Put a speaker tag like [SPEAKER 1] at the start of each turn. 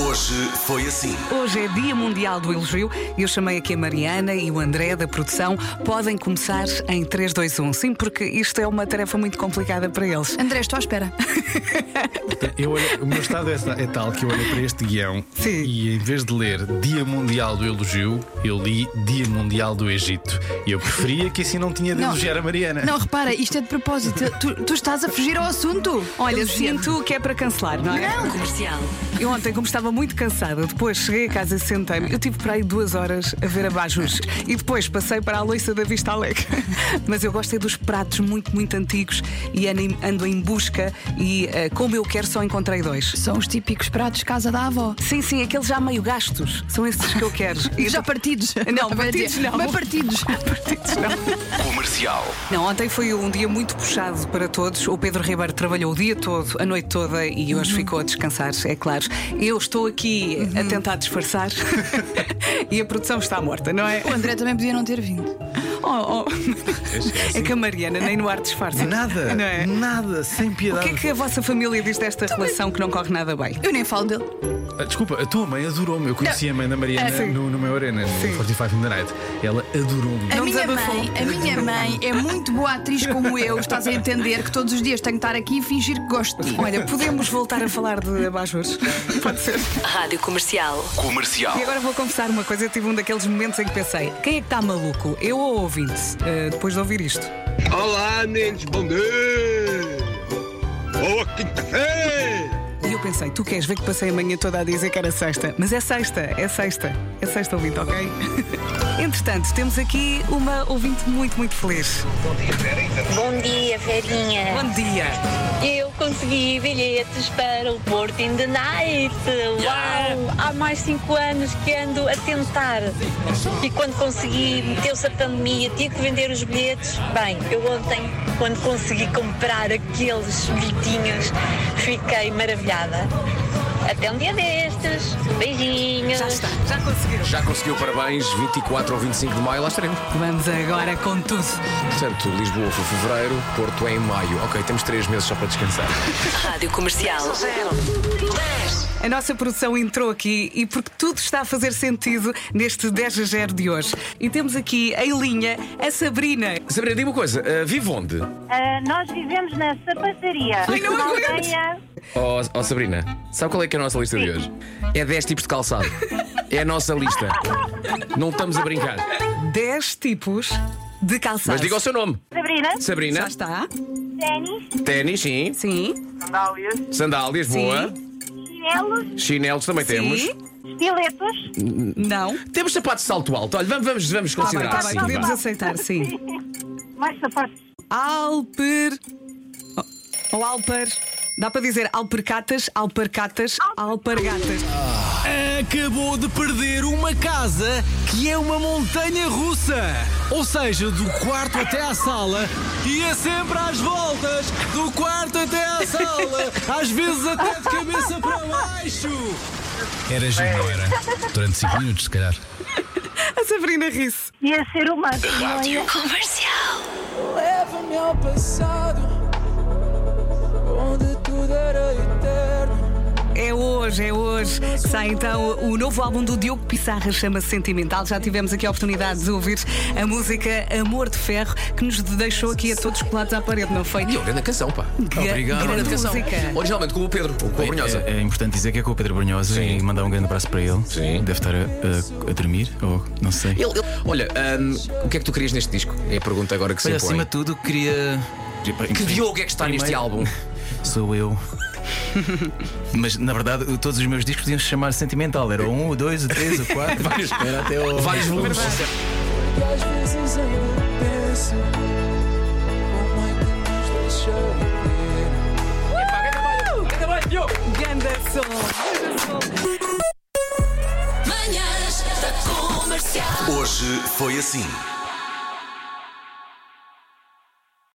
[SPEAKER 1] Hoje foi assim.
[SPEAKER 2] Hoje é Dia Mundial do Elogio e eu chamei aqui a Mariana e o André da produção. Podem começar em 3, 2, 1. Sim, porque isto é uma tarefa muito complicada para eles.
[SPEAKER 3] André, estou à espera.
[SPEAKER 4] Eu olho- o meu estado é, é tal que eu olho para este guião
[SPEAKER 2] Sim.
[SPEAKER 4] e em vez de ler Dia Mundial do Elogio, eu li Dia Mundial do Egito. E eu preferia que assim não tinha de
[SPEAKER 3] Não.
[SPEAKER 4] elogiar a Mariana.
[SPEAKER 3] Não, repara, isto é de propósito. Tu, tu estás a fugir ao assunto.
[SPEAKER 2] Olha,
[SPEAKER 3] Elogia-me.
[SPEAKER 2] sinto que é para cancelar, não é?
[SPEAKER 5] Comercial.
[SPEAKER 2] Eu ontem, como estava muito cansada, depois cheguei a casa, sentei-me. Eu tive para aí duas horas a ver abajus. E depois passei para a loiça da Vista Alegre. Mas eu gosto é dos pratos muito, muito antigos e ando em- ando em busca. E eh, como eu quero, só encontrei dois.
[SPEAKER 3] São os típicos pratos de casa da avó.
[SPEAKER 2] Sim, sim, aqueles já meio gastos. São esses que eu quero. E
[SPEAKER 3] Já partidos.
[SPEAKER 2] Não,
[SPEAKER 3] Vai
[SPEAKER 2] partidos
[SPEAKER 3] dizer,
[SPEAKER 2] não.
[SPEAKER 3] Mas partidos.
[SPEAKER 2] partidos, não.
[SPEAKER 1] Comercial.
[SPEAKER 2] Não, ontem foi um dia muito puxado para todos. O Pedro Ribeiro trabalhou o dia todo, a noite toda e hoje ficou a descansar, é claro. Eu estou aqui a tentar disfarçar e a produção está morta, não é?
[SPEAKER 3] O André também podia não ter vindo.
[SPEAKER 2] Oh, oh. É que a Mariana nem no ar disfarça.
[SPEAKER 4] Nada,
[SPEAKER 2] Não é?
[SPEAKER 4] nada, sem
[SPEAKER 2] O
[SPEAKER 4] piedade.
[SPEAKER 2] que é que a vossa família diz desta relação que não corre nada bem?
[SPEAKER 3] Eu nem falo dele.
[SPEAKER 4] Ah, Desculpa, a tua mãe adorou-me. Eu conheci a mãe da Mariana
[SPEAKER 3] Ah, sim.
[SPEAKER 4] no, no meu arena,
[SPEAKER 2] Sim.
[SPEAKER 4] no 45 in the Night. Ela adorou-me.
[SPEAKER 3] A
[SPEAKER 2] Não
[SPEAKER 3] minha,
[SPEAKER 2] desabafou.
[SPEAKER 3] mãe, a minha mãe é muito boa atriz como eu. Estás a entender que todos os dias tenho que estar aqui e fingir que gosto de ti.
[SPEAKER 2] Olha, podemos voltar a falar de abajures? Pode ser.
[SPEAKER 5] Rádio Comercial.
[SPEAKER 1] Comercial.
[SPEAKER 2] E agora vou confessar uma coisa, eu tive um daqueles momentos em que pensei, quem é que está maluco? Eu ou o ouvinte? Eh, depois de ouvir isto.
[SPEAKER 6] Olá, meninos, bom dia! Boa quinta-feira!
[SPEAKER 2] E eu pensei, tu queres ver que passei a manhã toda a dizer que era sexta? Mas é sexta, é sexta, é sexta ouvinte, ok? Entretanto, temos aqui uma ouvinte muito, muito feliz.
[SPEAKER 7] Bom dia, Ferinha.
[SPEAKER 2] Bom dia!
[SPEAKER 7] Eu consegui bilhetes para o Porto in the Night. Uau! Há mais cinco anos que ando a tentar. E quando consegui, meteu-se a pandemia, tinha que vender os bilhetes. Bem, eu ontem, quando consegui comprar aqueles bilhetinhos, fiquei maravilhada. Até um dia destes. Beijinhos.
[SPEAKER 2] Já está, já conseguiram.
[SPEAKER 8] Já conseguiu parabéns, 24 ou 25 de maio, lá estaremos.
[SPEAKER 2] Vamos agora com tudo.
[SPEAKER 8] Portanto, Lisboa foi fevereiro, Porto é em maio. Ok, temos três meses só para descansar.
[SPEAKER 5] Rádio Comercial.
[SPEAKER 2] A nossa produção entrou aqui e porque tudo está a fazer sentido neste 10 a 0 de hoje. E temos aqui em linha a Sabrina.
[SPEAKER 8] Sabrina, diga uma coisa, ah, vive onde?
[SPEAKER 9] Ah, nós vivemos na sapataria.
[SPEAKER 2] Ai, não
[SPEAKER 9] Uma
[SPEAKER 2] aguento.
[SPEAKER 8] é
[SPEAKER 9] aldeia.
[SPEAKER 8] Oh, oh, Sabrina, sabe qual é que é a nossa lista de hoje? É 10 tipos de calçado. É a nossa lista. Não estamos a brincar.
[SPEAKER 2] 10 tipos de calçado.
[SPEAKER 8] Mas diga o seu nome.
[SPEAKER 9] Sabrina,
[SPEAKER 2] Já
[SPEAKER 8] Sabrina,
[SPEAKER 2] está?
[SPEAKER 9] ténis,
[SPEAKER 8] ténis, sim.
[SPEAKER 2] Sim.
[SPEAKER 8] Sandálias, boa.
[SPEAKER 9] chinelos,
[SPEAKER 8] Chinelos também temos.
[SPEAKER 2] Sim.
[SPEAKER 9] estiletos.
[SPEAKER 2] Não.
[SPEAKER 8] Temos sapatos de salto alto. Olha, vamos, vamos, vamos
[SPEAKER 2] Tá bem,
[SPEAKER 8] considerar
[SPEAKER 2] tá bem,
[SPEAKER 8] assim.
[SPEAKER 2] podemos
[SPEAKER 8] vá.
[SPEAKER 2] aceitar, sim.
[SPEAKER 9] Mais sapatos.
[SPEAKER 2] Alper. Ou alper. Dá para dizer alpercatas, alparcatas, alpargatas.
[SPEAKER 10] Acabou de perder uma casa que é uma montanha russa. Ou seja, do quarto até à sala e é sempre às voltas. Do quarto até à sala, às vezes até de cabeça para baixo.
[SPEAKER 4] Era giro, era. Durante 5 minutos, se calhar.
[SPEAKER 2] A Sabrina ri-se.
[SPEAKER 9] Ia ser o máximo. não ia?
[SPEAKER 10] Leva-me ao passado, onde tudo era eterno.
[SPEAKER 2] É hoje, é hoje. Sai então o novo álbum do Diogo Pissarra, chama-se Sentimental. Já tivemos aqui a oportunidade de ouvir a música Amor de Ferro, que nos deixou aqui a todos colados à parede, não foi?
[SPEAKER 8] E é uma grande canção, pá.
[SPEAKER 2] Obrigado. Grande música.
[SPEAKER 8] Originalmente com o Pedro, com a Brunhosa.
[SPEAKER 11] É, é importante dizer que é com o Pedro Brunhosa e mandar um grande abraço para ele.
[SPEAKER 8] Sim.
[SPEAKER 11] Deve estar a, a- a dormir ou não sei.
[SPEAKER 8] Ele- ele- Olha, hum, o que é que tu querias neste disco? É a pergunta agora que se
[SPEAKER 11] Olha,
[SPEAKER 8] impõe.
[SPEAKER 11] acima de tudo, queria.
[SPEAKER 8] Que Diogo é que está neste álbum?
[SPEAKER 11] Sou eu. Mas na verdade, todos os meus discos podiam se chamar sentimental. Era o 1, o 2, o 3, o 4.
[SPEAKER 8] Vários-
[SPEAKER 11] Era até o.
[SPEAKER 8] Vários volumes.
[SPEAKER 2] Ganda som, ganda som.
[SPEAKER 5] Manhãs da Comercial.
[SPEAKER 1] Hoje foi assim.